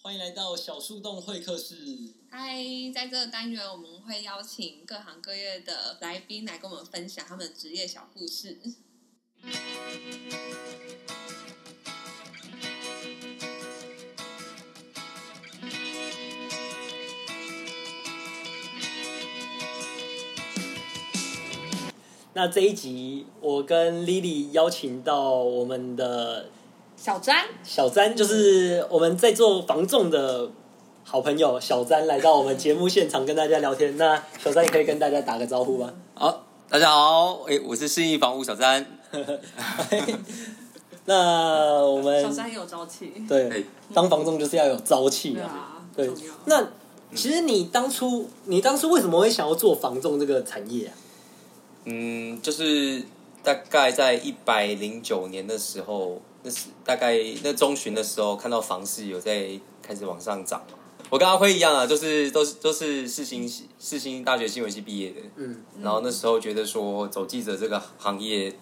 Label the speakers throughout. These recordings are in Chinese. Speaker 1: 欢迎来到小树洞会客室。
Speaker 2: 嗨，在这个单元我们会邀请各行各业的来宾来跟我们分享他们的职业小故事。
Speaker 1: 那这一集我跟 Lily 邀请到我们的
Speaker 2: 小詹，
Speaker 1: 小詹，就是我们在做防重的好朋友小詹，来到我们节目现场跟大家聊天。那小詹，你可以跟大家打个招呼 吗？
Speaker 3: 好，大家好，诶、我是信义房屋小詹。
Speaker 1: 那我
Speaker 2: 小
Speaker 1: 们
Speaker 2: 詹也有朝气，
Speaker 1: 对
Speaker 3: 哎
Speaker 1: 当防重就是要有朝气
Speaker 2: 对
Speaker 1: 啊。
Speaker 2: 啊，
Speaker 1: 对
Speaker 2: 重要，
Speaker 1: 那其实你当初，你当初为什么会想要做防重这个产业啊？
Speaker 3: 嗯，就是大概在一百零九年的时候，那是大概那中旬的时候，看到房市有在开始往上涨嘛。我跟阿辉一样啊，就是都是都是世新世新大学新闻系毕业的，
Speaker 1: 嗯，
Speaker 3: 然后那时候觉得说走记者这个行业，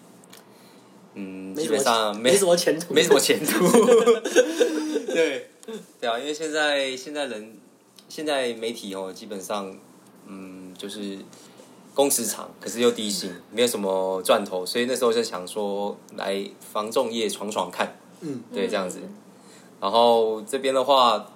Speaker 3: 嗯，
Speaker 1: 没
Speaker 3: 基
Speaker 1: 什么
Speaker 3: 本上
Speaker 1: 没什么前途，
Speaker 3: 没什么前途。 对，对啊，因为现在现在人现在媒体哦，基本上嗯就是工时长，可是又低薪，没有什么赚头，所以那时候就想说来防重业闯闯看，
Speaker 1: 嗯，
Speaker 3: 对，这样子。然后这边的话，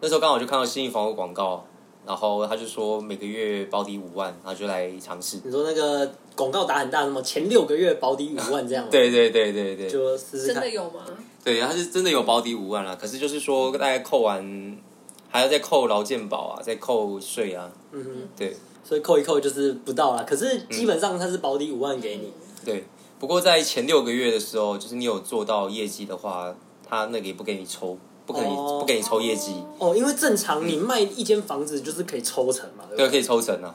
Speaker 3: 那时候刚好就看到新义房屋广告。然后他就说每个月保底五万，然后就来尝试。
Speaker 1: 你说那个广告打很大，什么前六个月保底五万这样吗，
Speaker 3: 对对对对对，
Speaker 1: 就试试
Speaker 2: 真
Speaker 1: 看
Speaker 2: 的。有吗？
Speaker 3: 对，他是真的有保底五万啦，可是就是
Speaker 1: 嗯
Speaker 3: 说大概扣完，还要再扣劳健保啊，再扣税啊，
Speaker 1: 嗯哼，
Speaker 3: 对
Speaker 1: 所以扣一扣就是不到
Speaker 3: 嗯
Speaker 1: 了。可是基本上它是保底五万给你，
Speaker 3: 对。不过在前六个月的时候，就是你有做到业绩的话，他那个也不给你抽，不给你、
Speaker 1: 哦
Speaker 3: 不给你抽业绩，
Speaker 1: 哦，因为正常你卖一间房子就是可以抽成嘛，对
Speaker 3: 对，
Speaker 1: 吧
Speaker 3: 可以抽成啊，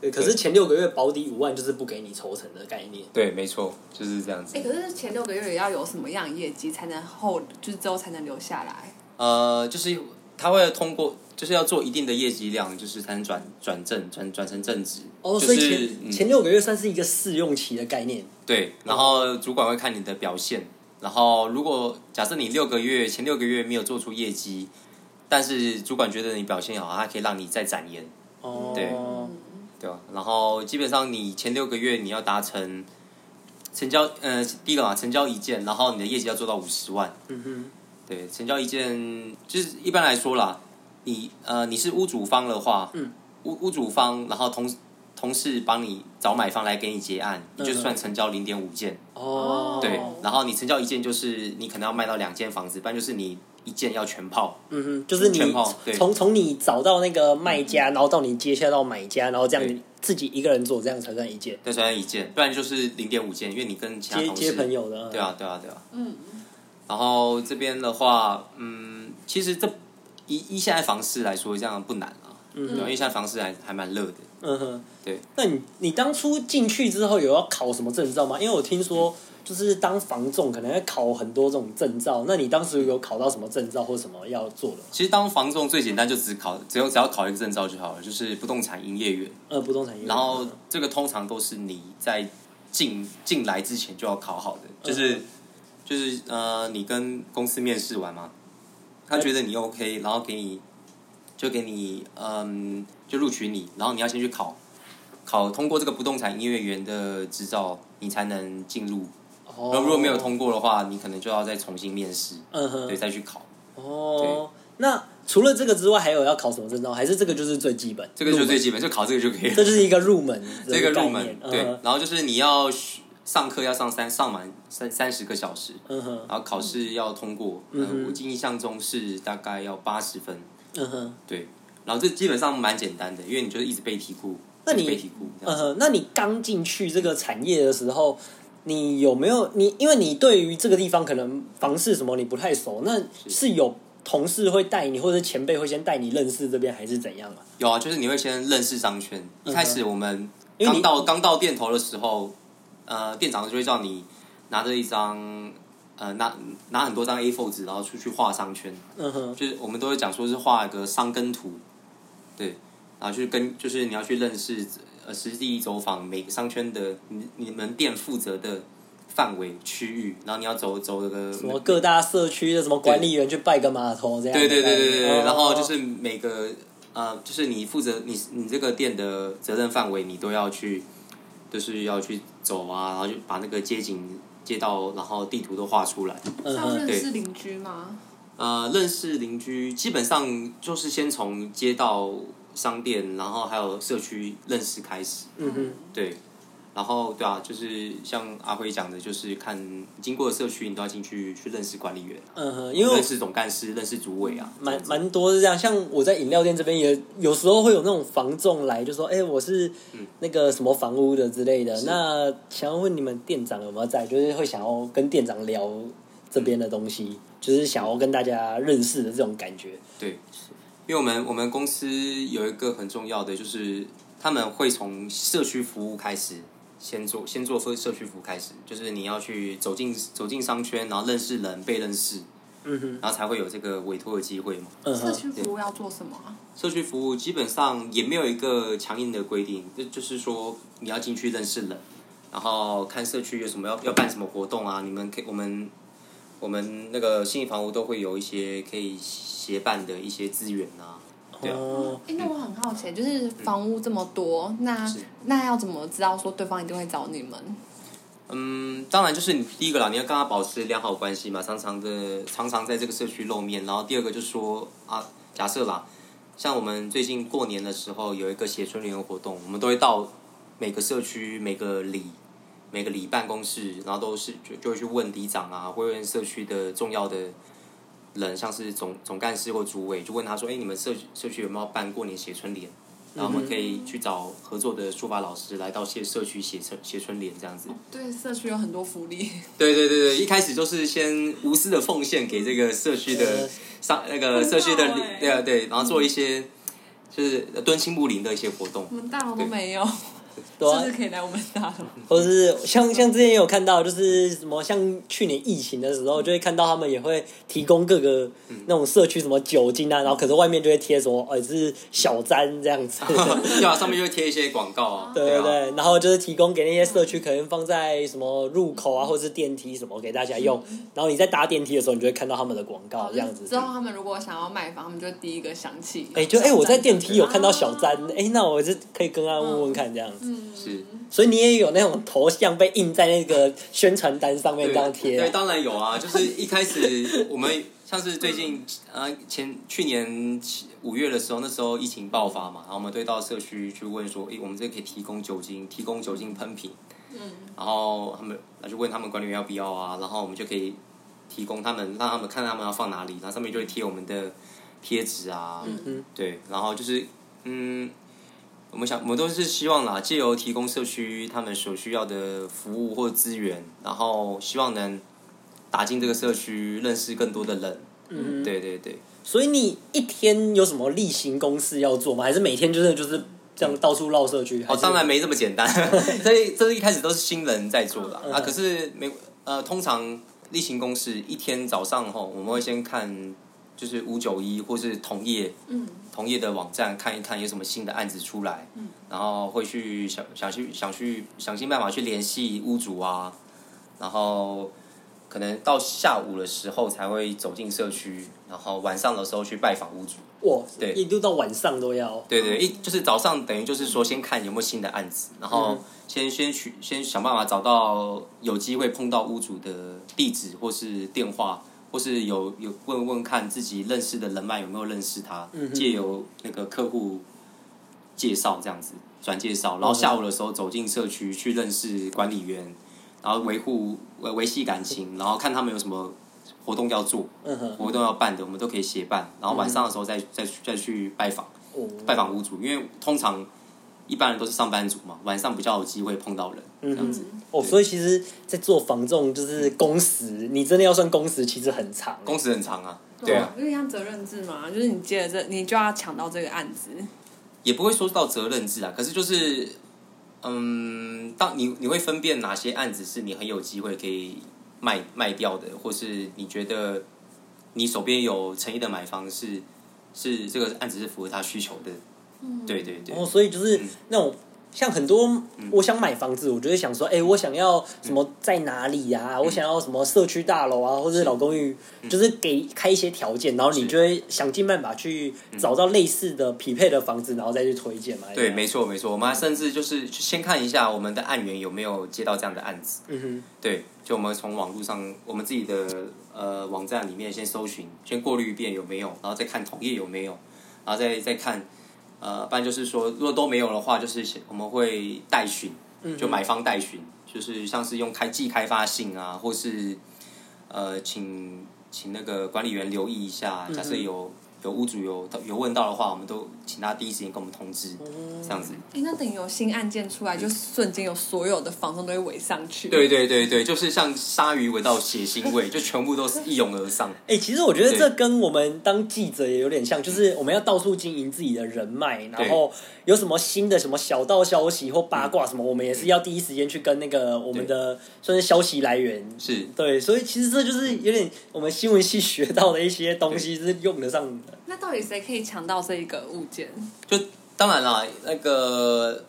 Speaker 1: 对？可是前六个月保底五万就是不给你抽成的概念。
Speaker 3: 对，没错，啊就是这样子
Speaker 2: 哎、。可是前六个月也要有什么样的业绩才能后，就是之后才能留下来？
Speaker 3: 呃，就是他会通过，就是要做一定的业绩量，就是才能转转正，转转成正值。
Speaker 1: 哦，
Speaker 3: 就
Speaker 1: 所
Speaker 3: 是
Speaker 1: 以前、
Speaker 3: 嗯
Speaker 1: 前六个月算是一个试用期的概念。
Speaker 3: 对，然后主管会看你的表现，然后如果假设你六个月前六个月没有做出业绩，但是主管觉得你表现好，他可以让你再展延，
Speaker 1: 哦，
Speaker 3: 对对吧？然后基本上你前六个月你要达成成交，呃，第一个嘛，成交一件，然后你的业绩要做到五十万，
Speaker 1: 嗯哼，
Speaker 3: 对，成交一件就是一般来说啦，你呃你是屋主方的话，
Speaker 1: 嗯，
Speaker 3: 屋屋主方，然后同同事帮你找买方来给你结案，你就算成交零点五件。
Speaker 1: 哦，
Speaker 3: 对
Speaker 2: 哦，
Speaker 3: 然后你成交一件就是你可能要卖到两间房子，不然就是你一件要全泡。
Speaker 1: 嗯哼，就是你
Speaker 3: 全泡对嗯
Speaker 1: 从从你找到那个卖家，然后到你接下到买家，然后这样
Speaker 3: 对
Speaker 1: 你自己一个人做，这样才算一件
Speaker 3: 对，虽然一件，不然就是零点五件，因为你跟其他
Speaker 1: 接
Speaker 3: 同
Speaker 1: 接
Speaker 3: 事。
Speaker 1: 朋友的。
Speaker 3: 对啊，对啊，对啊。
Speaker 2: 嗯，
Speaker 3: 然后这边的话，嗯，其实这以以现在房市来说，这样不难啊。嗯，因为现在房市还还蛮热的。
Speaker 1: 嗯哼，
Speaker 3: 对。
Speaker 1: 那你你当初进去之后有要考什么证照吗？因为我听说就是当房仲可能要考很多这种证照，那你当时有考到什么证照或什么要做的吗？
Speaker 3: 其实当房仲最简单，就只考只有只要考一个证照就好了，就是不动产营业员。
Speaker 1: 呃，不动产业。
Speaker 3: 然后这个通常都是你在进进来之前就要考好的，就是、
Speaker 1: 嗯
Speaker 3: 就是呃，你跟公司面试完嘛，他觉得你 OK，然后给你就给你嗯，就录取你，然后你要先去考，考通过这个不动产营业员的执照，你才能进入。
Speaker 1: 哦，
Speaker 3: 然后如果没有，通过的话，你可能就要再重新面试，
Speaker 1: 嗯哼，
Speaker 3: 对，再去考。
Speaker 1: 哦，那除了这个之外，还有要考什么证照？还是这个就是最基本？
Speaker 3: 这个就是最
Speaker 1: 入门
Speaker 3: 基本，就考这个就可以了。
Speaker 1: 这就是一个入门的
Speaker 3: 这个入
Speaker 1: 概
Speaker 3: 门
Speaker 1: 念，
Speaker 3: 对
Speaker 1: 嗯，
Speaker 3: 然后就是你要学上课要上三上满三三十个小时，
Speaker 1: 哼嗯哼，
Speaker 3: 然后考试要通过，
Speaker 1: 嗯哼
Speaker 3: 嗯，我印象中是大概要八十分，
Speaker 1: 嗯哼，
Speaker 3: 对，然后这基本上蛮简单的，因为你就是一直背题库，
Speaker 1: 那你
Speaker 3: 一直背题库这
Speaker 1: 嗯
Speaker 3: 样，
Speaker 1: 哼。那你刚进去这个产业的时候，你有没有你？因为你对于这个地方可能房市什么你不太熟，那是有同事会带你，或者前辈会先带你认识这边，还是怎样啊？
Speaker 3: 有啊，就是你会先认识商圈，一开始我们
Speaker 1: 嗯因为你
Speaker 3: 刚到刚到店头的时候，呃，店长就会叫你拿着一张。呃，拿拿很多张 A4 纸，然后出去画商圈，
Speaker 1: 嗯哼，
Speaker 3: 就是我们都会讲说是画一个商根图，对，然后去跟就是你要去认识呃实际走访每个商圈的你你们店负责的范围区域，然后你要走走这个
Speaker 1: 什么各大社区的什么管理员去拜个码头这样的
Speaker 3: 对
Speaker 1: 概念。
Speaker 3: 对对对对对，
Speaker 1: 哦
Speaker 3: 然后就是每个呃，就是你负责你你这个店的责任范围，你都要去，就是要去走啊，然后就把那个街景、街道，然后地图都画出来。
Speaker 1: 嗯
Speaker 2: 要
Speaker 1: 哼
Speaker 2: 认识邻居吗？
Speaker 3: 呃，认识邻居基本上就是先从街道、商店，然后还有社区认识开始。
Speaker 1: 嗯哼，
Speaker 3: 对，然后对啊，就是像阿辉讲的，就是看经过的社区，你都要进去去认识管理员，啊
Speaker 1: 嗯哼，因为
Speaker 3: 认识总干事，认识主委啊。
Speaker 1: 蛮蛮多是这样，像我在饮料店这边也有时候会有那种房仲来，就说：“哎、我是那个什么房屋的之类的。那想要问你们店长有没有在？就是会想要跟店长聊这边的东西，就是想要跟大家认识的这种感觉。
Speaker 3: 对，因为我们我们公司有一个很重要的，就是他们会从社区服务开始，先做先做社区服务开始，就是你要去走进走进商圈，然后认识人，被认识，
Speaker 1: 嗯哼，
Speaker 3: 然后才会有这个委托的机会嘛。
Speaker 1: 嗯
Speaker 2: 社
Speaker 1: 哼，
Speaker 2: 区服务要做什么啊？
Speaker 3: 社区服务基本上也没有一个强硬的规定，就就是说你要进去认识人，然后看社区有什么要要办什么活动啊，你们可以我们我们那个信义房屋都会有一些可以协办的一些资源啊，对啊。
Speaker 1: 哦，
Speaker 2: 哎、那我很好奇，就是房屋这么多，那
Speaker 3: 是
Speaker 2: 那要怎么知道说对方一定会找你们？
Speaker 3: 嗯，当然就是你第一个啦，你要跟他保持良好关系嘛，常常的常常在这个社区露面。然后第二个就是说啊，假设啦，像我们最近过年的时候有一个写春联活动，我们都会到每个社区、每个里、每个里办公室，然后都是就就会去问里长啊，会问社区的重要的人，像是总总干事或主委，就问他说，哎、你们社区社区有没有办过年写春联？然后我们可以去找合作的书法老师来到社社区写春写春联这样子。
Speaker 2: 对，社区有很多福利，
Speaker 3: 对对对对，一开始就是先无私的奉献给这个社区的上那个社区的
Speaker 2: 很好欸
Speaker 3: 对啊对，然后做一些就是呃敦亲睦邻的一些活动
Speaker 2: 我。们大楼都没有，
Speaker 1: 对
Speaker 2: 是
Speaker 1: 啊
Speaker 2: 不是可以来我们大楼？
Speaker 1: 或者是像像之前也有看到，就是什么像去年疫情的时候，就会看到他们也会提供各个那种社区什么酒精啊，然后可是外面就会贴什么呃是小詹这 样子，
Speaker 3: 对啊，上面就会贴一些广告啊，
Speaker 1: 对对
Speaker 3: 啊，
Speaker 1: 对，然后就是提供给那些社区，可能放在什么入口啊，或者是电梯什么给大家用。
Speaker 3: 嗯
Speaker 1: 然后你在搭电梯的时候，你就会看到他们的广告这样子
Speaker 3: 哦
Speaker 2: 之。后他们如果想要买房，他们就第一个想起。
Speaker 1: 哎，就哎，我在电梯有看到小詹
Speaker 2: 啊，
Speaker 1: 哎，那我就可以跟他问问看这样子。
Speaker 2: 嗯，
Speaker 3: 是。
Speaker 1: 所以你也有那种头像被印在那个宣传单上面
Speaker 3: 对
Speaker 1: 这样贴
Speaker 3: 对，
Speaker 1: 啊。
Speaker 3: 当然有啊，就是一开始我们像是最近啊前去年七五月的时候，那时候疫情爆发嘛，然后我们对到社区去问说，诶，我们这可以提供酒精，提供酒精喷瓶，嗯，然后他们那就问他们管理员要不要啊，然后我们就可以提供他们，让他们看他们要放哪里，然后上面就会贴我们的贴纸啊，
Speaker 1: 嗯
Speaker 3: 对，然后就是嗯。我们想，我们都是希望啦，借由提供社区他们所需要的服务或资源，然后希望能打进这个社区，认识更多的人。
Speaker 1: 嗯哼，
Speaker 3: 对对对，
Speaker 1: 所以你一天有什么例行公事要做吗？还是每天就是就是这样到处绕社区？还
Speaker 3: 嗯哦，
Speaker 1: 是
Speaker 3: 当然没这么 简单，所以这是一开始都是新人在做的啊
Speaker 1: 嗯
Speaker 3: 啊。可是没呃，通常例行公事一天早上后，我们会先看就是五九一或是同业
Speaker 2: 嗯，
Speaker 3: 同业的网站看一看有什么新的案子出来，
Speaker 1: 嗯
Speaker 3: 然后会去想想去想去想尽办法去联系屋主啊，然后可能到下午的时候才会走进社区，然后晚上的时候去拜访屋主。
Speaker 1: 哇，
Speaker 3: 对
Speaker 1: 一路到晚上都要。
Speaker 3: 对对，一就是早上等于就是说先看有没有新的案子，然后
Speaker 1: 嗯
Speaker 3: 先先去先想办法找到有机会碰到屋主的地址或是电话，或是有有问问看自己认识的人脉有没有认识他
Speaker 1: 嗯，哼
Speaker 3: 借由那个客户介绍这样子转介绍，
Speaker 1: 嗯
Speaker 3: 然后下午的时候走进社区去认识管理员，然后维护维维系感情，然后看他们有什么活动要做，
Speaker 1: 嗯哼，嗯
Speaker 3: 活动要办的我们都可以协办，然后晚上的时候再再去再去拜访。
Speaker 1: 哦
Speaker 3: 拜访屋主，因为通常一般人都是上班族嘛，晚上比较有机会碰到人，这样子。
Speaker 1: 哦，
Speaker 3: 对
Speaker 1: 所以其实，在做房仲就是工时，你真的要算工时，其实很长。
Speaker 3: 工时很长啊，对啊，
Speaker 2: 有点像责任制嘛，就是你接了这，你就要抢到这个案子。
Speaker 3: 也不会说到责任制啊，可是就是，嗯，当你你会分辨哪些案子是你很有机会可以卖卖掉的，或是你觉得你手边有诚意的买方是是这个案子是符合他需求的，对对对，嗯
Speaker 1: 哦，所以就是那种像很多我想买房子，我就会想说，哎、我想要什么在哪里呀、
Speaker 3: 嗯
Speaker 1: 我想要什么社区大楼啊，或者是老公寓，就是给开一些条件，然后你
Speaker 3: 是嗯
Speaker 1: 就会想尽办法去找到类似的匹配的房子，然后再去推荐嘛。
Speaker 3: 对，没错没错，我们还甚至就是去先看一下我们的案源有没有接到这样的案子。
Speaker 1: 嗯哼，
Speaker 3: 对，就我们从网络上，我们自己的呃网站里面先搜寻，先过滤一遍有没有，然后再看同业有没有，然后再再看，呃，不然就是说，如果都没有的话，就是先我们会代询，
Speaker 1: 嗯
Speaker 3: 就买方代询，就是像是用开寄开发信啊，或是呃，请请那个管理员留意一下，假设有。有屋主有有问到的话，我们都请他第一时间跟我们通知，这样子。
Speaker 2: 哎，那等有新案件出来，就瞬间有所有的房东都会围上去。
Speaker 3: 对对对对，就是像鲨鱼闻到血腥味，就全部都是一涌而上。
Speaker 1: 哎、其实我觉得这
Speaker 3: 对嗯
Speaker 1: 跟我们当记者也有点像，就是我们要到处经营自己的人脉，然后有什么新的什么小道消息或八
Speaker 3: 嗯
Speaker 1: 卦什么，我们也是要第一时间去跟那个我们的算是消息来源。
Speaker 3: 是，
Speaker 1: 对，所以其实这就是有点我们新闻系学到的一些东西是用得上的。
Speaker 2: 那到底谁可以抢到这一个物件？
Speaker 3: 就当然啦，那个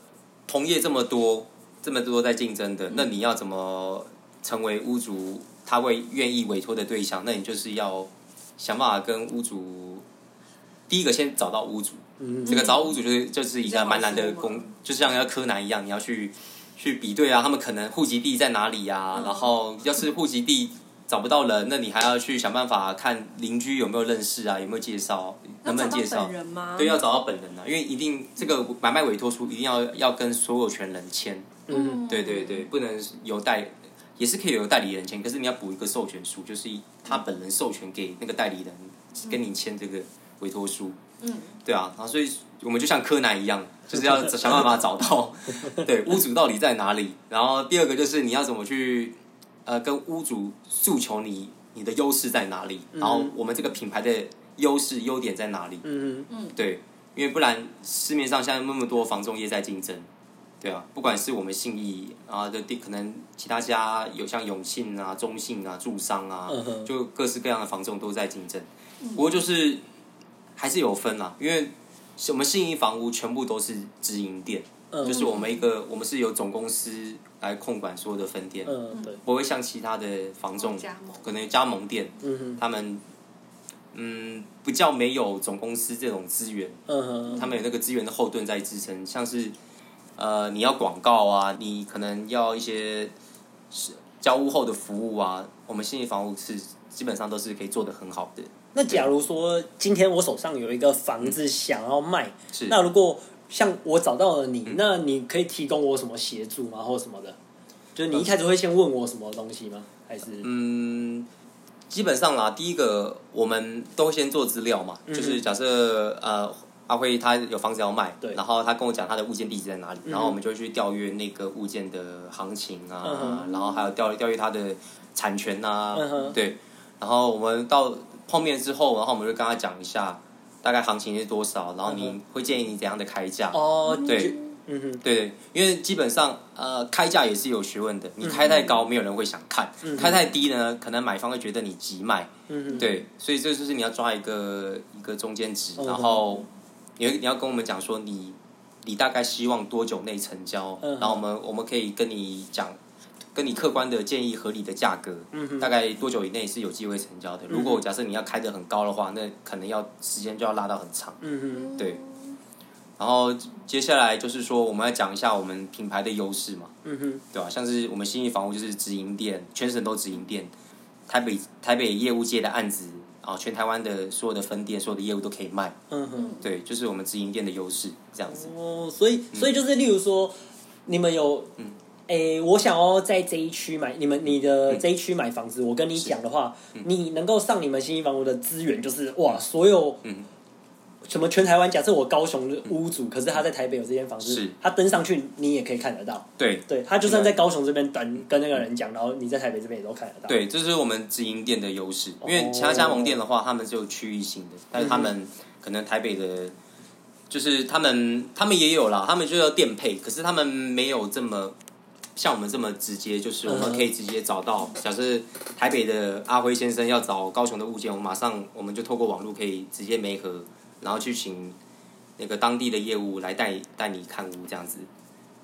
Speaker 3: 同业这么多，这么多在竞争的，那你要怎么成为屋主他会愿意委托的对象？那你就是要想办法跟屋主，第一个先找到屋主，
Speaker 1: 嗯
Speaker 3: 这个找到屋主就是就是一个蛮难的
Speaker 2: 比较好说
Speaker 3: 工
Speaker 2: 嘛，
Speaker 3: 就像要柯南一样，你要去去比对啊，他们可能户籍地在哪里啊，然后要是户籍地。找不到人，那你还要去想办法看邻居有没有认识啊，有没有介绍，能不能
Speaker 2: 要
Speaker 3: 介
Speaker 2: 找到
Speaker 3: 绍
Speaker 2: 本？人吗？
Speaker 3: 对，要找到本人啊，因为一定这个买卖委托书一定要要跟所有权人签，
Speaker 1: 嗯，
Speaker 3: 对对对，不能由代，也是可以由代理人签，可是你要补一个授权书，就是他本人授权给那个代理人跟你签这个委托书，
Speaker 2: 嗯，
Speaker 3: 对啊，然后所以我们就像柯南一样，就是要想办法找到 对屋主到底在哪里，然后第二个就是你要怎么去呃跟屋主诉求你你的优势在哪里，然后我们这个品牌的优势优点在哪里，
Speaker 1: 嗯，
Speaker 3: 对，因为不然市面上现在那么多房仲业在竞争，对啊，不管是我们信义啊的地，可能其他家有像永信啊、中信啊、住商啊
Speaker 1: 嗯哼，嗯
Speaker 3: 就各式各样的房仲都在竞争。不过就是还是有分啦，因为我们信义房屋全部都是直营店，
Speaker 1: 嗯
Speaker 3: 就是我们一个我们是由总公司来控管所有的分店，
Speaker 1: 嗯，对，
Speaker 3: 不会像其他的房仲
Speaker 2: 加盟
Speaker 3: 可能加盟店，
Speaker 1: 嗯哼，
Speaker 3: 他们嗯不叫没有总公司这种资源，
Speaker 1: 嗯
Speaker 3: 他
Speaker 1: 哼，
Speaker 3: 们有那个资源的后盾在支撑，像是呃你要广告啊，你可能要一些是交屋后的服务啊，我们信义房屋是基本上都是可以做的很好的，
Speaker 1: 那假如说今天我手上有一个房子想要卖，
Speaker 3: 是嗯
Speaker 1: 那如果像我找到了你，那你可以提供我什么协助吗，或什么的？就是你一开始会先问我什么东西吗？还是
Speaker 3: 呃嗯，基本上啦，第一个我们都先做资料嘛，
Speaker 1: 嗯
Speaker 3: 就是假设呃阿辉他有房子要卖，
Speaker 1: 对
Speaker 3: 然后他跟我讲他的物件地址在哪里，然后
Speaker 1: 嗯
Speaker 3: 我们就会去调阅那个物件的行情
Speaker 1: 嗯
Speaker 3: 啊，
Speaker 1: 哼
Speaker 3: 然后还有调调阅它的产权啊，
Speaker 1: 嗯哼
Speaker 3: 对，然后我们到碰面之后，然后我们就跟他讲一下大概行情是多少，然后
Speaker 1: 嗯
Speaker 3: 你会建议你怎样的开价，
Speaker 1: 哦，
Speaker 3: 对
Speaker 1: 就，嗯哼，
Speaker 3: 对，因为基本上呃开价也是有学问的，你开太高没有人会想看，开太低呢，可能买方会觉得你急卖，
Speaker 1: 嗯哼，
Speaker 3: 对，所以这就是你要抓一个一个中间值，
Speaker 1: 嗯
Speaker 3: 然后你你要跟我们讲说你你大概希望多久内成交，
Speaker 1: 嗯
Speaker 3: 然后我们我们可以跟你讲。跟你客观的建议合理的价格，
Speaker 1: 嗯
Speaker 3: 大概多久以内是有机会成交的？如果假设你要开的很高的话，那可能要时间就要拉到很长。
Speaker 1: 嗯哼，
Speaker 3: 对，然后接下来就是说，我们要讲一下我们品牌的优势嘛，
Speaker 1: 嗯哼，
Speaker 3: 对吧、像是我们新义房屋就是直营店，全省都直营店，台北台北业务接的案子啊，全台湾的所有的分店、所有的业务都可以卖，
Speaker 1: 嗯哼。
Speaker 3: 对，就是我们直营店的优势这样子。
Speaker 1: 哦，所以
Speaker 3: 嗯
Speaker 1: 所以就是，例如说，你们有，诶、我想要在这一区买，你们你
Speaker 3: 嗯
Speaker 1: 的这一区买房子，我跟你讲的话，你能够上你们新一房屋的资源，就是
Speaker 3: 嗯
Speaker 1: 哇，所有，什么全台湾，假设我高雄的屋主，可是他在台北有这间房子
Speaker 3: 是，
Speaker 1: 他登上去，你也可以看得到，
Speaker 3: 对
Speaker 1: 对他就算在高雄这边等跟那个人讲，然后你在台北这边也都看得到，，
Speaker 3: 对，这是我们直营店的优势，因为其他加盟店的
Speaker 1: 哦
Speaker 3: 话，他们只有区域性的，但是他
Speaker 1: 嗯
Speaker 3: 们可能台北的。就是他们，他们也有啦，他们就要店配，可是他们没有这么像我们这么直接，就是我
Speaker 1: 嗯
Speaker 3: 们
Speaker 1: 哼
Speaker 3: 可以直接找到，假设台北的阿辉先生要找高雄的物件，我们马上我们就透过网络可以直接媒合，然后去请那个当地的业务来带带你看屋这样子，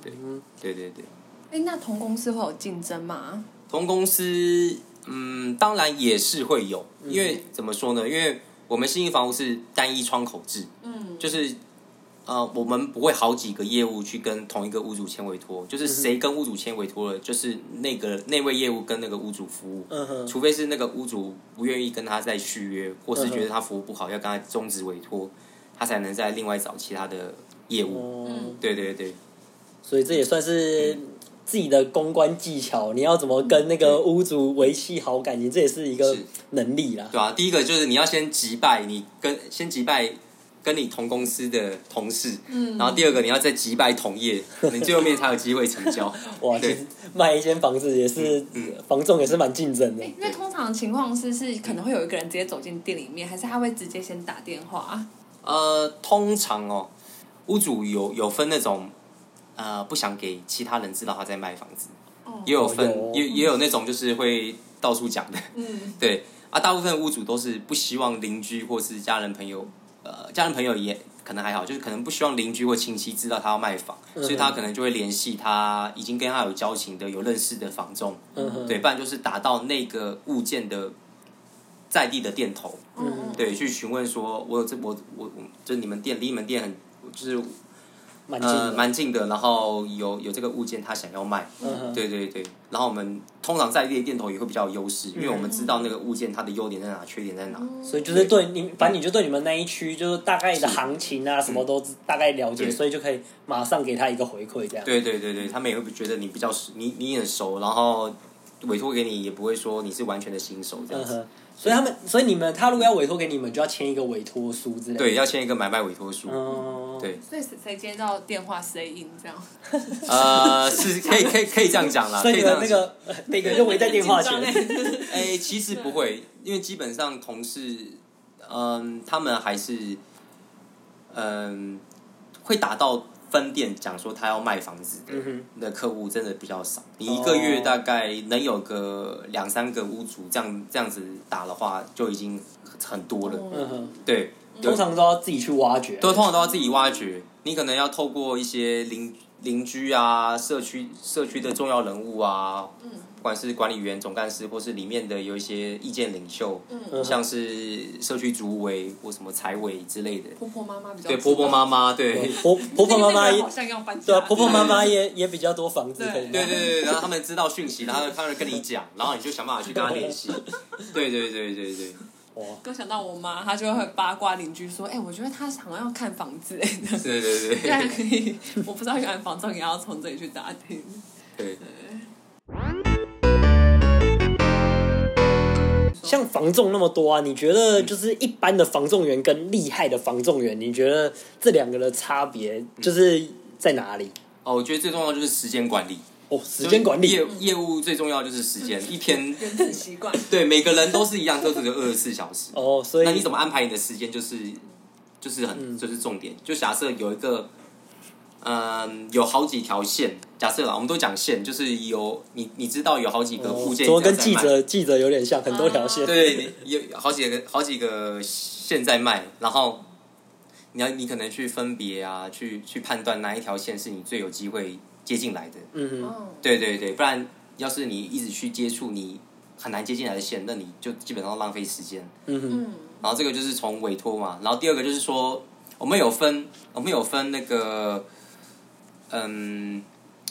Speaker 1: 嗯
Speaker 3: 对，对对对，
Speaker 4: 哎，那同公司会有竞争吗？
Speaker 3: 同公司，嗯，当然也是会有，因为怎么说呢？因为我们新义房屋是单一窗口制，
Speaker 4: 嗯，
Speaker 3: 就是呃，我们不会好几个业务去跟同一个屋主签委托，就是谁跟屋主签委托了，就是那个那位业务跟那个屋主服务，
Speaker 1: 嗯哼，
Speaker 3: 除非是那个屋主不愿意跟他再续约，或是觉得他服务不好要跟他终止委托，他才能再另外找其他的业务。
Speaker 1: 哦
Speaker 4: 嗯，
Speaker 3: 对对对，
Speaker 1: 所以这也算是自己的公关技巧，你要怎么跟那个屋主维系好感情，这也是一个
Speaker 3: 是
Speaker 1: 能力啦。
Speaker 3: 对啊，第一个就是你要先击败你跟先击败跟你同公司的同事，
Speaker 4: 嗯
Speaker 3: 然后第二个你要再击败同业，你最后面才有机会成交。
Speaker 1: 哇，其
Speaker 3: 对
Speaker 1: 实卖一间房子也是
Speaker 3: 嗯，
Speaker 1: 房仲也是蛮竞争的。
Speaker 4: 哎，那通常情况是是可能会有一个人直接走进店里面，还是他会直接先打电话？
Speaker 3: 呃，通常哦，屋主有有分那种呃不想给其他人知道他在卖房子，
Speaker 4: 哦
Speaker 3: 也有分、
Speaker 1: 哦有哦
Speaker 3: 也也有那种就是会到处讲的，
Speaker 4: 嗯
Speaker 3: 对啊，大部分屋主都是不希望邻居或是家人朋友，呃，家人朋友也可能还好，就是可能不希望邻居或亲戚知道他要卖房，
Speaker 1: 嗯
Speaker 3: 所以他可能就会联系他已经跟他有交情的、有认识的房仲，
Speaker 1: 嗯哼，
Speaker 3: 对，不然就是打到那个物件的在地的店头，
Speaker 4: 嗯，
Speaker 3: 对，去询问说，我有这我我我，就你们店离你们店很就是
Speaker 1: 蛮近的。
Speaker 3: 呃蛮近的，然后有有这个物件他想要卖，
Speaker 1: 嗯哼，
Speaker 3: 对对对，然后我们通常在地的店头也会比较有优势，因为我们知道那个物件它的优点在哪，缺点在哪。
Speaker 4: 嗯
Speaker 1: 所以就是对你，反正你就对你们那一区就是大概的行情啊，什么都知大概了解，
Speaker 3: 嗯对
Speaker 1: 所以就可以马上给他一个回馈，这样。
Speaker 3: 对对对对，他们也会觉得你比较熟，你你很熟，然后委托给你也不会说你是完全的新手这
Speaker 1: 嗯
Speaker 3: 样子。
Speaker 1: 哼，所以他们，所以你们，他如果要委托给你们，就要签一个委托书之类的。
Speaker 3: 对，，要签一个买卖委托书。
Speaker 1: 嗯，
Speaker 3: 对，
Speaker 4: 所以谁谁接到电话谁赢这样？
Speaker 3: 呃，是可以可以可以这样讲 啦，
Speaker 1: 所
Speaker 3: 可
Speaker 1: 以你
Speaker 3: 以这
Speaker 1: 们那
Speaker 3: 样讲
Speaker 1: 个 每个人就围在电话 前
Speaker 4: 很，紧张欸
Speaker 3: 哎，其实不会，因为基本上同事，嗯，他们还是，嗯，会达到分店讲说他要卖房子的
Speaker 1: 嗯哼哦
Speaker 3: 的客户真的比较少。你一个月大概能有个两三个屋主这样这样子打的话，就已经很多了。
Speaker 1: 嗯哼，
Speaker 3: 对，
Speaker 1: 通常都要自己去挖掘。
Speaker 3: 都通常都要自己挖掘，你可能要透过一些邻邻居啊、社区社区的重要人物啊，
Speaker 4: 嗯
Speaker 3: 不管是管理员、总干事，或是里面的有一些意见领袖，
Speaker 1: 嗯
Speaker 4: 嗯，
Speaker 3: 像是社区组委或什么财委之类的，
Speaker 1: 嗯
Speaker 4: 婆婆妈妈比较
Speaker 3: 对婆婆妈妈，
Speaker 1: 对
Speaker 3: 对。
Speaker 1: 婆婆婆妈妈
Speaker 4: 那个
Speaker 1: 也
Speaker 4: 好像要搬家
Speaker 1: 对啊，婆婆妈妈也也比较多房子可以
Speaker 4: 对
Speaker 3: 对
Speaker 1: 卖。
Speaker 3: 对对，然后他们知道讯息，然后他们跟你讲，然后你就想办法去跟他联系。 对对对对对，
Speaker 1: 哇，
Speaker 4: 刚想到我妈，她就会八卦邻居说：“哎、我觉得她想要看房 子、 哎，
Speaker 3: 对对
Speaker 4: 居然
Speaker 3: 对
Speaker 4: 可以，我不知道原来房仲也要从这里去打听。
Speaker 3: 对。
Speaker 1: 像防重那么多啊，你觉得就是一般的防重员跟厉害的防重员，你觉得这两个的差
Speaker 3: 嗯
Speaker 1: 别就是在哪里？
Speaker 3: 哦，我觉得最重要就是时间管理，
Speaker 1: 哦，时间管理
Speaker 3: 业业务最重要就是时间，一天
Speaker 4: 原子习惯，
Speaker 3: 对，每个人都是一样，都只有二十四小时。
Speaker 1: 哦，所以
Speaker 3: 那你怎么安排你的时间？就是就是很、
Speaker 1: 嗯
Speaker 3: 就是重点。就假设有一个，嗯，有好几条线。假设啦，我们都讲线，就是有你你知道有好几个
Speaker 1: 哦
Speaker 3: 物件、
Speaker 1: 怎么跟记
Speaker 3: 在卖
Speaker 1: 者记者有点像，很多条线。哦
Speaker 3: 对，你有好几个好几个线在卖，然后你要你可能去分别啊，去去判断哪一条线是你最有机会接进来的。
Speaker 1: 嗯哼，
Speaker 4: 嗯，
Speaker 3: 对对对，不然要是你一直去接触你很难接进来的线，那你就基本上浪费时间。
Speaker 1: 嗯哼，
Speaker 4: 嗯，
Speaker 3: 然后这个就是从委托嘛，然后第二个就是说，我们有分，我们有分那个，嗯，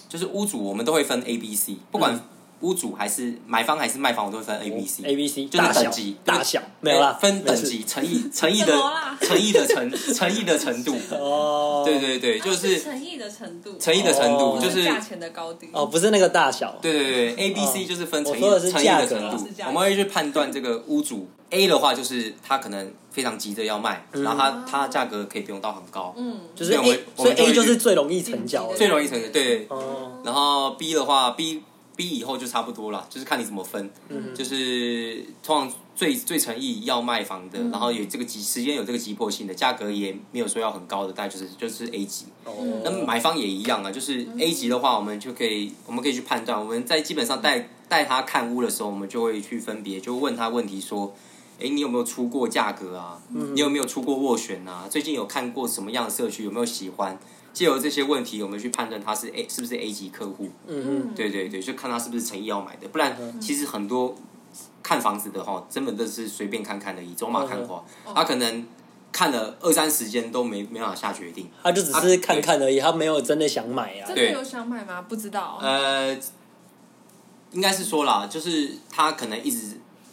Speaker 3: 就是屋主我们都会分 A、B、C，不管
Speaker 1: 嗯哦
Speaker 3: 屋主还是买方还是卖方，我都会分 A、B、C。
Speaker 1: A B C
Speaker 3: 就是
Speaker 1: 大小
Speaker 3: 等级
Speaker 1: 大小没有啦，
Speaker 3: 分等
Speaker 1: 没事
Speaker 3: 级，诚意诚意
Speaker 4: 什
Speaker 3: 的
Speaker 4: 么啦
Speaker 3: 诚意的程诚意的 程度，
Speaker 1: 哦，
Speaker 3: 对对对，就
Speaker 4: 啊
Speaker 3: 是
Speaker 4: 诚意的程度，
Speaker 3: 诚意的程度，
Speaker 1: 哦
Speaker 3: 就是
Speaker 4: 价钱的高低。
Speaker 1: 哦，不是那个大小，
Speaker 3: 对对对，A、B、
Speaker 1: 哦
Speaker 3: C 就是分成
Speaker 1: 我说的
Speaker 3: 一
Speaker 1: 是
Speaker 3: 成一
Speaker 1: 价
Speaker 3: 的
Speaker 1: 格啊
Speaker 3: 程度
Speaker 4: 是价，格
Speaker 3: 我们会去判断这个 屋主 A 的话，就是他可能非常急着要卖，
Speaker 1: 嗯
Speaker 3: 然后他他价格可以不用到很高，
Speaker 4: 嗯，
Speaker 1: 就是
Speaker 3: 对我们
Speaker 1: A，
Speaker 3: 我
Speaker 1: 所以
Speaker 3: 们就
Speaker 1: A
Speaker 3: 会
Speaker 1: 就是
Speaker 3: 去
Speaker 1: 最容易成交的，
Speaker 3: 最容易成交。对，
Speaker 1: 哦，
Speaker 3: 然后 B 的话，B B 以后就差不多了，就是看你怎么分，
Speaker 1: 嗯
Speaker 3: 就是通常最最诚意要卖房的，
Speaker 4: 嗯
Speaker 3: 然后有这个急时间有这个急迫性的，价格也没有说要很高的，大概就是就是 A 级。
Speaker 1: 哦，
Speaker 3: 嗯那么买方也一样啊，就是 A 级的话，我们就可以，我们可以去判断。我们在基本上带带他看屋的时候，我们就会去分别，就问他问题说，哎，你有没有出过价格啊？你有没有出过斡旋啊？最近有看过什么样的社区？有没有喜欢？借由这些问题，我们去判断他是 A 是不是 A 级客户。
Speaker 1: 嗯嗯，
Speaker 3: 对对对，就看他是不是诚意要买的，不然其实很多看房子的哈，真本都是随便看看而已，走马看花，他可能看了二三十间都没没办法下决定。
Speaker 1: 他就只是看看而已，他没有真的想买啊
Speaker 4: 真。
Speaker 3: 对
Speaker 4: 的有想买吗？不知道。
Speaker 3: 呃，应该是说啦，就是他可能一直，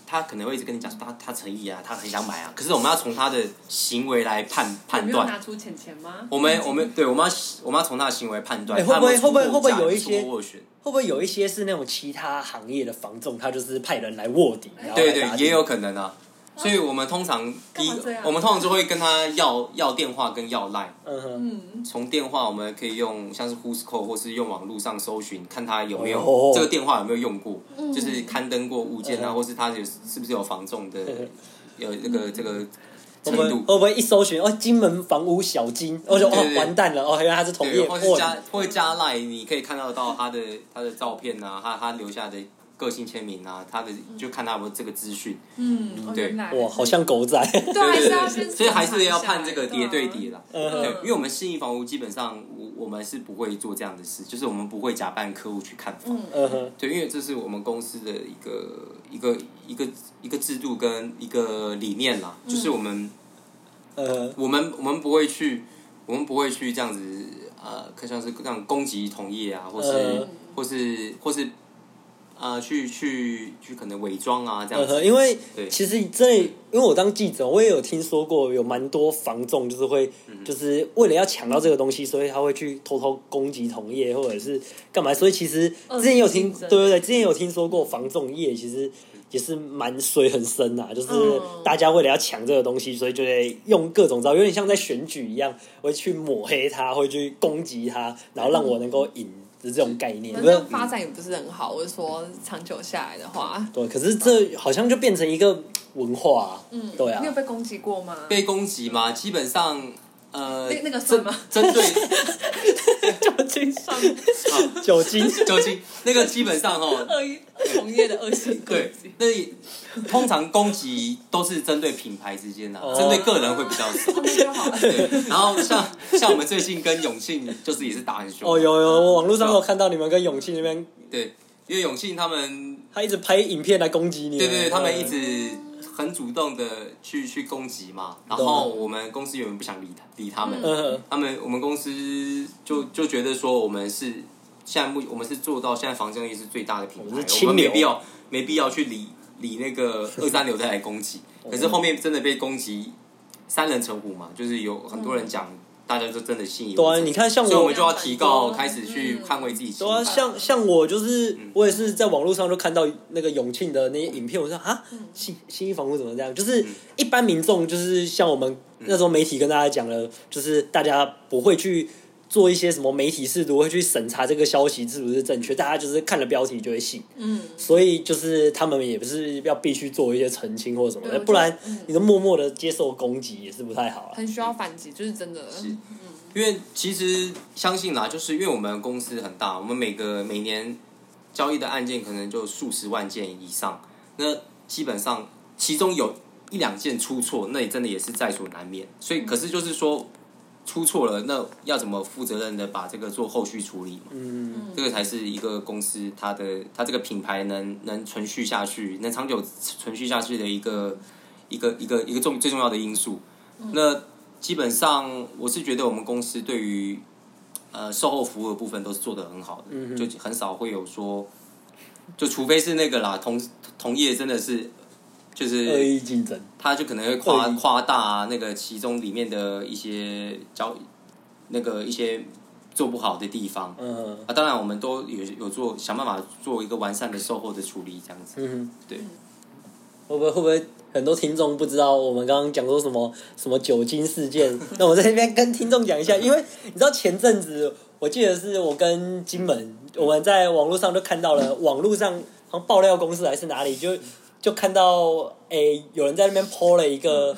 Speaker 3: 他可能会一直跟你讲说他他诚意啊，他很想买啊，可是我们要从他的行为来判判
Speaker 4: 你没有
Speaker 3: 断。
Speaker 4: 拿出钱钱吗？
Speaker 3: 我们我们对我们要我们要从他的行为判断，
Speaker 1: 哎会不会
Speaker 3: 他有没有
Speaker 1: 会不会会不会有一些
Speaker 3: 出过价出过斡旋？
Speaker 1: 会不会有一些是那种其他行业的房仲，他就是派人来卧底？然后
Speaker 3: 对
Speaker 1: 来
Speaker 3: 对
Speaker 1: 打，听
Speaker 3: 也有可能啊。所以我们通常第一
Speaker 4: 干嘛这，样
Speaker 3: 我们通常就会跟他要要电话跟要 line。
Speaker 1: 嗯哼，
Speaker 4: 嗯，
Speaker 3: 从电话我们可以用像是 Who's Call 或是用网络上搜寻，看他有没有、
Speaker 1: 哦
Speaker 3: 这个电话有没有用过，
Speaker 4: 嗯
Speaker 3: 就是刊登过物件啊，
Speaker 1: 嗯
Speaker 3: 或是他有是不是有房仲的
Speaker 1: 嗯
Speaker 3: 有这个这个
Speaker 1: 会
Speaker 3: 程
Speaker 1: 不会会
Speaker 3: 度。
Speaker 1: 不会一搜寻哦，金门房屋小金，我就
Speaker 3: 对
Speaker 1: 哦
Speaker 3: 对对
Speaker 1: 完蛋了哦，原来他是同业
Speaker 3: 对，或是
Speaker 1: 卧底。
Speaker 3: 加或者加 line，你可以看到到他的他的照片啊，他他留下的个性签名啊，他的就看他有没有这个资讯。
Speaker 4: 嗯，哦
Speaker 3: 对
Speaker 4: 原来
Speaker 1: 哇，好像狗仔。
Speaker 4: 对，还是要
Speaker 3: 对
Speaker 4: 先
Speaker 3: 对，所以还是要
Speaker 4: 审查一
Speaker 3: 判这
Speaker 4: 下啊
Speaker 3: 个叠对叠。啦。
Speaker 1: 嗯
Speaker 3: 对，因为我们信义房屋基本上，我我们是不会做这样的事，就是我们不会假扮客户去看房。
Speaker 4: 嗯，
Speaker 1: 嗯哼，
Speaker 3: 对，因为这是我们公司的一个一个一个一个制度跟一个理念啦，就是我们
Speaker 1: 嗯哼，
Speaker 3: 我们我们不会去，我们不会去这样子呃，可像是这样攻击同业啊，或是、
Speaker 4: 呃
Speaker 1: 嗯
Speaker 3: 或是或是呃，去去去可能伪装啊这样
Speaker 1: 嗯
Speaker 4: 呃
Speaker 3: 子。
Speaker 1: 哼，因为
Speaker 3: 对
Speaker 1: 其实真的，因为我当记者，我也有听说过有蛮多房仲就是会，就是为了要抢到这个东西，所以他会去偷偷攻击同业或者是干嘛。所以其实之前有听，
Speaker 4: 恶性
Speaker 1: 对
Speaker 4: 竞争
Speaker 1: 对对，之前有听说过房仲业其实也是蛮水很深呐、就是
Speaker 4: 嗯
Speaker 1: 大家为了要抢这个东西，所以就得用各种招，有点像在选举一样，会去抹黑他，会去攻击他，然后让我能够赢，是这种概念。
Speaker 4: 反
Speaker 1: 不是
Speaker 4: 正发展也不是很好。我是说，长久下来的话，
Speaker 1: 对，可是这好像就变成一个文化、啊，
Speaker 4: 嗯，
Speaker 1: 对啊
Speaker 4: 你有被攻击过吗？
Speaker 3: 被攻击嘛，基本上呃，
Speaker 4: 那那个算吗
Speaker 3: 针 针对。
Speaker 1: 酒精
Speaker 4: 上
Speaker 1: 酒精，
Speaker 3: 酒精，那个基本上 哦，
Speaker 4: 恶意同业的恶性攻
Speaker 3: 对
Speaker 4: 击，，
Speaker 3: 那也通常攻击都是针对品牌之间的、啊
Speaker 1: 哦
Speaker 3: 针、对个人会比较 少。
Speaker 4: 哦那就好了。
Speaker 3: 对， 然后像像我们最近跟永庆就是也是打很凶。
Speaker 1: 哦，有有，我网络上有看到你们跟永庆那边，
Speaker 3: 对，因为永庆他们，
Speaker 1: 他一直拍影片来攻击你们，
Speaker 3: 对对对，他们一
Speaker 1: 嗯
Speaker 3: 直很主动的去去攻击嘛，然
Speaker 1: 对啊
Speaker 3: 后我们公司原本不想理他理他们，
Speaker 1: 嗯
Speaker 3: 他们我们公司就就觉得说我们是现在目我们是做到现在房间业是最大的品
Speaker 1: 我
Speaker 3: 牌，
Speaker 1: 们是
Speaker 3: 我
Speaker 1: 清
Speaker 3: 们没
Speaker 1: 流
Speaker 3: 必要没必要去理理那个二三流再来 攻击。
Speaker 1: 哦
Speaker 3: 可是后面真的被攻击，三人成虎嘛，就是有很多人讲，大家就真的信以
Speaker 1: 对啊，
Speaker 3: 为
Speaker 1: 你
Speaker 3: 真。
Speaker 1: 看像
Speaker 3: 所以我
Speaker 1: 我
Speaker 3: 们。就要提高，
Speaker 4: 嗯
Speaker 3: 开始去捍卫自己。
Speaker 1: 对啊，像像我就是、我也是在网络上就看到那个永庆的那些影片，我说啊，
Speaker 4: 嗯
Speaker 1: 新新一房屋怎么这样？就是一般民众就是像我们那时候媒体跟大家讲了，就是大家不会去做一些什么媒体试读，会去审查这个消息是不是正确，大家就是看了标题就会信。
Speaker 4: 嗯，
Speaker 1: 所以就是他们也不是要必须做一些澄清或什么的，
Speaker 4: 对我觉得
Speaker 1: 不然
Speaker 4: 嗯
Speaker 1: 你就默默的接受攻击也是不太好啊。
Speaker 4: 很需要反击，就是真的。
Speaker 3: 是因为其实相信啦，就是因为我们公司很大，我们每个每年交易的案件可能就数十万件以上，那基本上其中有一两件出错，那也真的也是在所难免。所以，可是就是说出错了，那要怎么负责任的把这个做后续处理嘛？
Speaker 1: 嗯，
Speaker 3: 这个才是一个公司它的它这个品牌能能存续下去，能长久存续下去的一个一个一个一个重最重要的因素。那基本上我是觉得我们公司对于呃售后服务的部分都是做得很好的，
Speaker 1: 嗯哼
Speaker 3: 就很少会有说，就除非是那个啦，同同业真的是就
Speaker 1: 恶
Speaker 3: 是
Speaker 1: 意竞争，
Speaker 3: 他就可能会夸
Speaker 1: 恶意
Speaker 3: 夸大、那个其中里面的一些交那个一些做不好的地方。
Speaker 1: 嗯
Speaker 3: 啊，当然我们都有有做想办法做一个完善的售后的处理，这样子。
Speaker 1: 嗯，
Speaker 3: 对，
Speaker 1: 会不会会不会很多听众不知道我们刚刚讲说什么什么酒精事件？那我在这边跟听众讲一下，因为你知道前阵子我记得是我跟金门，我们在网络上就看到了，网络上好像爆料公司还是哪里就。就看到诶、有人在那边 PO 了一个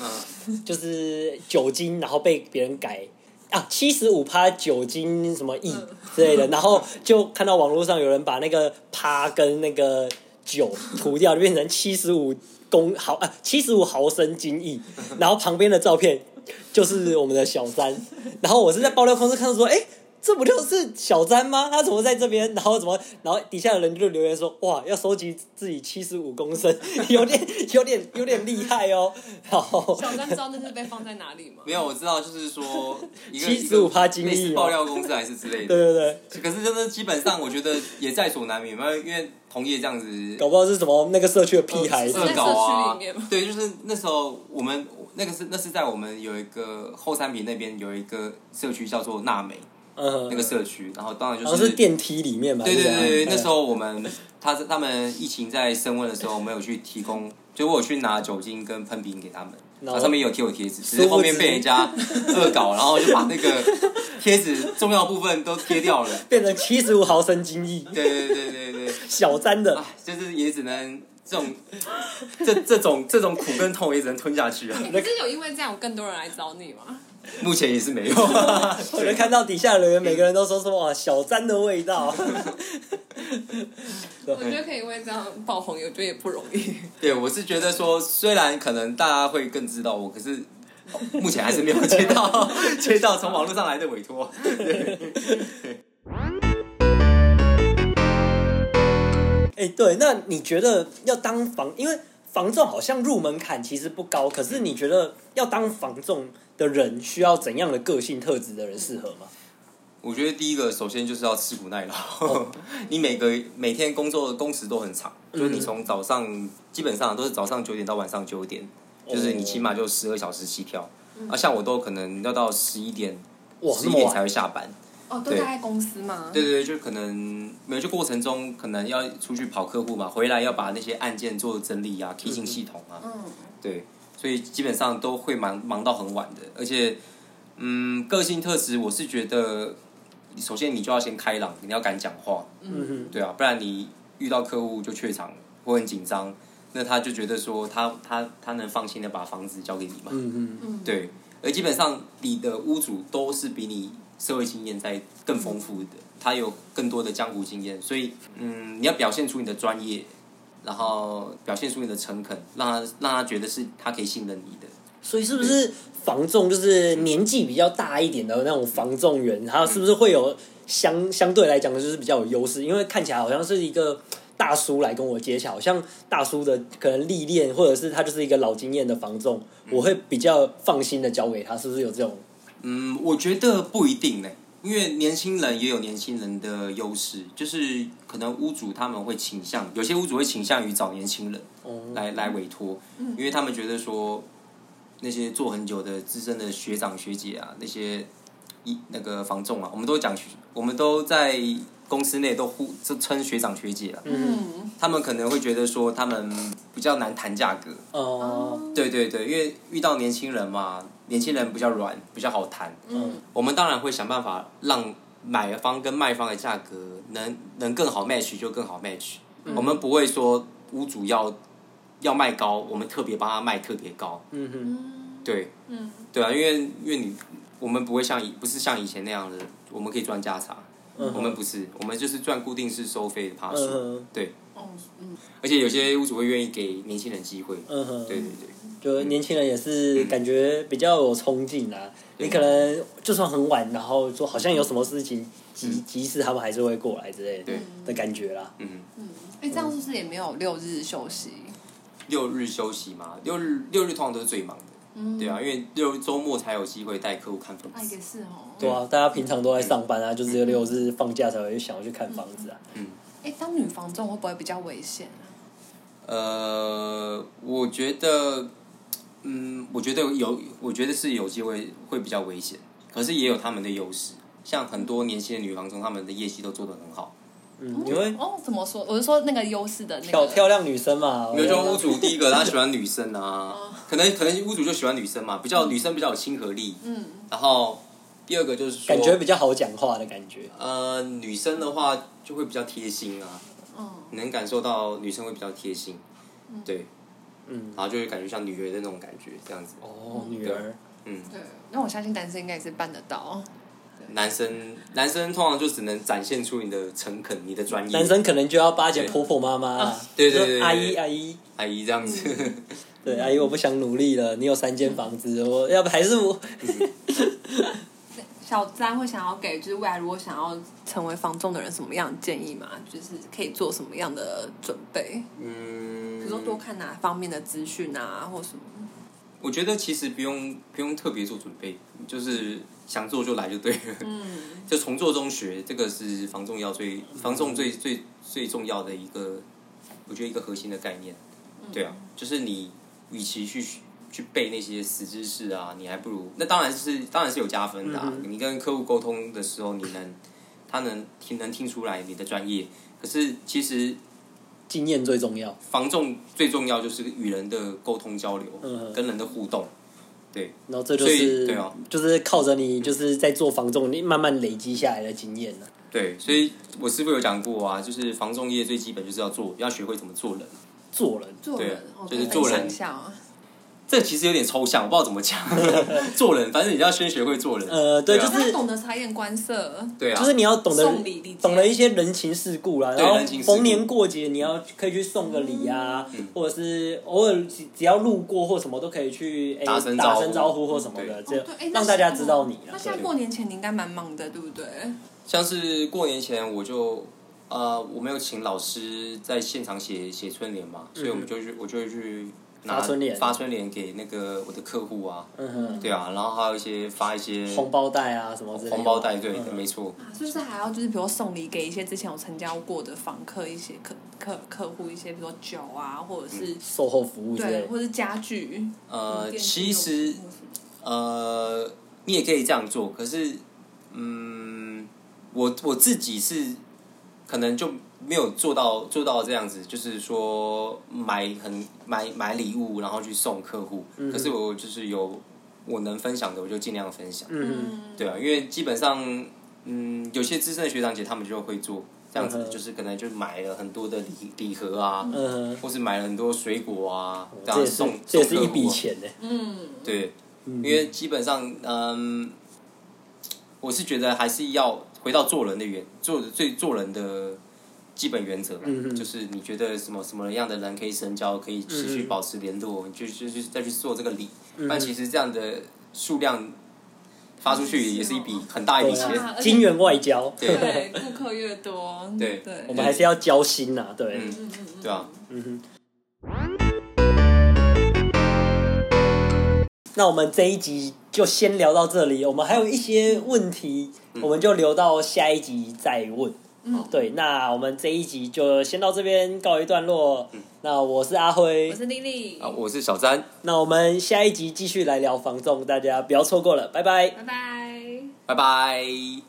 Speaker 3: 嗯，
Speaker 1: 就是酒精，然后被别人改啊，七十五趴酒精什么亿之类的，然后就看到网络上有人把那个趴跟那个酒涂掉，就变成七十五公毫啊，七十五毫升精液，然后旁边的照片就是我们的小三。然后我是在爆料公司看到说，哎、这不就是小三吗？他怎么在这边？然后怎么？然后底下的人就留言说，哇，要收集自己七十五公升，有点有点有点厉害哦。然后
Speaker 4: 小三知道那是被放在哪里吗？
Speaker 3: 没有，我知道，就是 说一个
Speaker 1: 75%
Speaker 3: 一个
Speaker 1: 精力
Speaker 3: 类似
Speaker 1: 哦
Speaker 3: 爆料公司还是之类
Speaker 1: 对
Speaker 3: 的。
Speaker 1: 对对，
Speaker 3: 可是真的基本上，我觉得也在所难免，因为因为同业这样子
Speaker 1: 搞不好是什么那个社区的屁孩
Speaker 4: 嗯
Speaker 1: 子
Speaker 4: 是。
Speaker 3: 恶搞
Speaker 4: 在社区
Speaker 3: 啊
Speaker 4: 里面吗，
Speaker 3: 对，就是那时候我们那个是那是在我们有一个后山坪那边有一个社区叫做娜美
Speaker 1: 嗯，
Speaker 3: 那个社区，然后当然
Speaker 1: 好
Speaker 3: 就
Speaker 1: 像是电梯里面吧。
Speaker 3: 对对
Speaker 1: 还是怎样
Speaker 3: 对对，那时候我们他他们疫情在升温的时候，我们有去提供，就我有去拿酒精跟喷瓶给他们，
Speaker 1: 然
Speaker 3: 然
Speaker 1: 后
Speaker 3: 后上面也有贴我贴纸，只
Speaker 1: 殊
Speaker 3: 是
Speaker 1: 不
Speaker 3: 后面
Speaker 1: 知
Speaker 3: 被人家恶 搞，然后就把那个贴纸重要部分都贴掉了。
Speaker 1: 变成七十五毫升精液，
Speaker 3: 对对对对对，
Speaker 1: 小三的
Speaker 3: 哎，就是也只能这种这这种这种苦跟痛也只能吞下去啊。
Speaker 4: 可是有因为这样有更多人来找你吗？
Speaker 3: 目前也是没有，
Speaker 1: 我就看到底下的人每个人都说什么哇小三的味道，
Speaker 4: 我觉得可以因为这样爆红，我觉得也不容易。
Speaker 3: 对我是觉得说，虽然可能大家会更知道我，可是哦目前还是没有接到接到从网络上来的委托。
Speaker 1: 哎、对，那你觉得要当房，因为房仲好像入门槛其实不高，可是你觉得要当房仲的人需要怎样的个性特质的人适合吗？
Speaker 3: 我觉得第一个，首先就是要吃苦耐劳。
Speaker 1: 哦
Speaker 3: 你每个每天工作的工时都很长，
Speaker 1: 嗯
Speaker 3: 就是你从早上基本上都是早上九点到晚上九点，
Speaker 1: 哦
Speaker 3: 就是你起码就十二小时起跳。啊，像我都可能要到十一点，
Speaker 1: 嗯哦哇，
Speaker 3: 十
Speaker 1: 那
Speaker 3: 一
Speaker 1: 么
Speaker 3: 点才
Speaker 1: 晚，嗯
Speaker 3: 会下班。
Speaker 4: 哦，
Speaker 3: 对
Speaker 4: 都待在公司吗？
Speaker 3: 对对对，就可能没有，就过程中可能要出去跑客户嘛，回来要把那些案件做整理
Speaker 1: 嗯
Speaker 3: 啊、提醒系统啊，
Speaker 4: 嗯，
Speaker 3: 对，所以基本上都会忙忙到很晚的，而且，嗯，个性特质我是觉得，首先你就要先开朗，你要敢讲话，
Speaker 1: 嗯
Speaker 3: 对啊，不然你遇到客户就怯场或很紧张，那他就觉得说他他他能放心的把房子交给你嘛，
Speaker 1: 哼，嗯哼，
Speaker 3: 对，而基本上你的屋主都是比你社会经验在更丰富的，他有更多的江湖经验，所以嗯，你要表现出你的专业，然后表现出你的诚恳，让他让他觉得是他可以信任你的。
Speaker 1: 所以是不
Speaker 3: 嗯
Speaker 1: 是房仲就是年纪比较大一点的那种房仲员，他是不是会有相相对来讲就是比较有优势？因为看起来好像是一个。大叔来跟我接洽，好像大叔的可能历练，或者是他就是一个老经验的房仲，我会比较放心的交给他，是不是有这种
Speaker 3: 嗯，我觉得不一定呢，因为年轻人也有年轻人的优势，就是可能屋主他们会倾向，有些屋主会倾向于找年轻人。
Speaker 1: 哦，
Speaker 3: 来来委托，因为他们觉得说那些做很久的资深的学长学姐啊，那些一那个房仲啊，我们都讲学，我们都在公司内都互就称学长学姐啊，
Speaker 4: 嗯，
Speaker 3: 他们可能会觉得说他们比较难谈价格，
Speaker 1: 哦，
Speaker 3: 对对对，因为遇到年轻人嘛，年轻人比较软，比较好谈，
Speaker 1: 嗯，
Speaker 3: 我们当然会想办法让买方跟卖方的价格能能更好 match 就更好 match，、我
Speaker 1: 嗯
Speaker 3: 们不会说屋主要要卖高，我们特别帮他卖特别高，
Speaker 1: 嗯哼，
Speaker 3: 对，嗯，对啊，因为因为你我们不会像以不是像以前那样的，我们可以赚价差，
Speaker 1: 嗯哼
Speaker 3: 我们不是，我们就是赚固定式收费的趴数，
Speaker 1: 嗯哼，
Speaker 3: 对，
Speaker 4: 哦，嗯，
Speaker 3: 而且有些屋主会愿意给年轻人机会，
Speaker 1: 嗯哼，
Speaker 3: 对对对，
Speaker 1: 就年轻人也是感觉比较有冲劲啦。你可能就算很晚，然后说好像有什么事情急急事，他们还是会过来之类的
Speaker 3: 嗯对
Speaker 1: 的感觉啦。
Speaker 3: 嗯。
Speaker 4: 哎，这样是不是也没有六日休息？
Speaker 3: 六日休息嘛，六日六日通常都是最忙的，对啊，因为六周末才有机会带客户看房
Speaker 4: 哎，
Speaker 3: 子，
Speaker 4: 也是哦。
Speaker 1: 对啊，大家平常都在上
Speaker 3: 嗯
Speaker 1: 班啊，就只有六日放假才会想要去看房子啊。
Speaker 4: 哎，当女房仲会不会比较危险啊？
Speaker 3: 呃，我觉得，嗯，我觉得有，我觉得是有机会会比较危险，可是也有他们的优势，像很多年轻的女房中，他们的业绩都做得很好。
Speaker 1: 嗯，因为
Speaker 4: 哦，怎么说？我是说那个优势的那
Speaker 1: 漂
Speaker 4: 个
Speaker 1: 漂亮女生嘛，
Speaker 3: 比如说
Speaker 1: 我
Speaker 3: 屋主第一个他喜欢女生啊，可能可能屋主就喜欢女生嘛，比较女生比较有亲和力。嗯。然后第二个就是说，
Speaker 1: 感觉比较好讲话的感觉。
Speaker 3: 呃，女生的话就会比较贴心啊，
Speaker 4: 嗯，
Speaker 3: 能感受到女生会比较贴心，对，
Speaker 1: 嗯，
Speaker 3: 然后就会感觉像女儿的那种感觉，这样子。
Speaker 1: 哦，女儿，
Speaker 3: 嗯，
Speaker 4: 对，那我相信单身应该也是办得到。
Speaker 3: 男生男生通常就只能展现出你的诚恳、你的专业。
Speaker 1: 男生可能就要巴结婆婆妈妈啊，
Speaker 3: 对对对对
Speaker 1: 就阿姨阿姨，
Speaker 3: 阿姨这样子，
Speaker 1: 对，阿姨，我不想努力了。你有三间房子，我要不还是我
Speaker 4: 小詹会想要给就是未来如果想要成为房仲的人什么样的建议吗？就是可以做什么样的准备？比
Speaker 3: 嗯
Speaker 4: 如说多看哪方面的资讯啊，或什么？
Speaker 3: 我觉得其实不用不用特别做准备，就是想做就来就对了。
Speaker 4: 嗯，
Speaker 3: 就从做中学，这个是防重要最防重最
Speaker 1: 嗯
Speaker 3: 最最重要的一个，我觉得一个核心的概念。
Speaker 1: 嗯
Speaker 3: 对啊，就是你与其去去背那些死知识啊，你还不如那当然是当然是有加分的、啊。
Speaker 1: 嗯
Speaker 3: 你跟客户沟通的时候，你能他能听能听出来你的专业，可是其实
Speaker 1: 经验最重要。
Speaker 3: 防重最重要就是与人的沟通交流，
Speaker 1: 嗯
Speaker 3: 跟人的互动。对，
Speaker 1: 然后这就
Speaker 3: 所以
Speaker 1: 是
Speaker 3: 对啊
Speaker 1: 就是靠着你就是在做房仲，你慢慢累积下来的经验啊呢、
Speaker 3: 对，所以我师傅有讲过啊，就是防重业最基本就是要做，要学会怎么做人。
Speaker 1: 做人
Speaker 4: 做人
Speaker 3: 对，
Speaker 4: 哦
Speaker 3: 就是
Speaker 4: 可以
Speaker 3: 做
Speaker 4: 分享
Speaker 3: 人
Speaker 4: 一下啊。
Speaker 3: 这其实有点抽象，我不知道怎么讲。 做人，反正你要先学会做人。
Speaker 1: 呃对
Speaker 3: 啊
Speaker 1: 就是
Speaker 4: 他懂得察言观色，
Speaker 3: 对啊，
Speaker 1: 就是你要懂得
Speaker 4: 送礼理解
Speaker 1: 懂得一些人情世故啦，
Speaker 3: 对
Speaker 1: 然后
Speaker 3: 人情世故嗯
Speaker 1: 逢年过节你要可以去送个礼啊，或者是偶尔只只要路过或什么都可以去哎
Speaker 3: 打
Speaker 1: 打声
Speaker 3: 声招呼嗯
Speaker 1: 招呼或什么的，这
Speaker 4: 哦对哎那
Speaker 1: 让大家知道你
Speaker 4: 那
Speaker 1: 了。
Speaker 4: 现在
Speaker 1: 对
Speaker 4: 过年前你应该蛮忙的，对不对？
Speaker 3: 像是过年前我就呃，我没有请老师在现场写写春联嘛，所以我们就去，我就会去
Speaker 1: 嗯
Speaker 3: 拿
Speaker 1: 发春联
Speaker 3: 发春联给那个我的客户啊，
Speaker 1: 嗯哼，
Speaker 3: 对啊，然后还有一些发一些
Speaker 1: 红包袋啊什么之类的，
Speaker 3: 红包袋，对，
Speaker 1: 嗯
Speaker 3: 没错，
Speaker 4: 啊是不是还要就是比如送礼给一些之前有成交过的房客一些客客客户一些，比如说酒啊，或者是、
Speaker 1: 售后服务之类
Speaker 4: 对，
Speaker 1: 的
Speaker 4: 或。者是家具。
Speaker 3: 呃，
Speaker 4: 电视
Speaker 3: 其实
Speaker 4: 用品或什么
Speaker 3: 呃，你也可以这样做，可是，嗯，我我自己是可能就没有做到做到这样子，就是说买很买买礼物，然后去送客户。
Speaker 1: 嗯
Speaker 3: 可是我就是有我能分享的，我就尽量分享。
Speaker 1: 嗯
Speaker 4: 嗯，
Speaker 3: 对啊，因为基本上，嗯，有些资深的学长姐他们就会做这样子
Speaker 1: 嗯，哼
Speaker 3: 就是可能就买了很多的礼礼盒啊，
Speaker 1: 嗯哼，
Speaker 3: 或是买了很多水果啊，
Speaker 1: 这
Speaker 3: 这样
Speaker 1: 也是
Speaker 3: 送
Speaker 1: 这也
Speaker 3: 送
Speaker 1: 是
Speaker 3: 客
Speaker 1: 一
Speaker 3: 户
Speaker 1: 笔
Speaker 3: 啊。
Speaker 1: 钱呢。
Speaker 4: 嗯，
Speaker 3: 对，因为基本上，嗯，我是觉得还是要回到做人的原做最做人的基本原则啦，
Speaker 1: 嗯嗯
Speaker 3: 就是你觉得什么什么样的人可以深交，可以持续
Speaker 1: 嗯嗯
Speaker 3: 保持联络，你就就就再去做这个礼。
Speaker 1: 嗯
Speaker 3: 但其实这样的数量发出去也是一笔很大一笔钱
Speaker 1: 对。
Speaker 4: 啊
Speaker 1: 啊，金元外交，
Speaker 3: 对
Speaker 4: 对，顾客越多，
Speaker 3: 对
Speaker 4: 对，
Speaker 1: 我们还是要交心呐，对，
Speaker 3: 嗯
Speaker 4: 嗯嗯嗯
Speaker 3: 对啊，
Speaker 1: 嗯哼。那我们这一集就先聊到这里，我们还有一些问题，我们就留到下一集再问。
Speaker 4: 嗯
Speaker 1: 对，那我们这一集就先到这边告一段落。那我是阿辉
Speaker 4: 嗯我，是丽丽，
Speaker 3: 啊，我是小詹。
Speaker 1: 那我们下一集继续来聊防重，大家不要错过了，拜拜。
Speaker 4: 拜拜。
Speaker 3: 拜拜。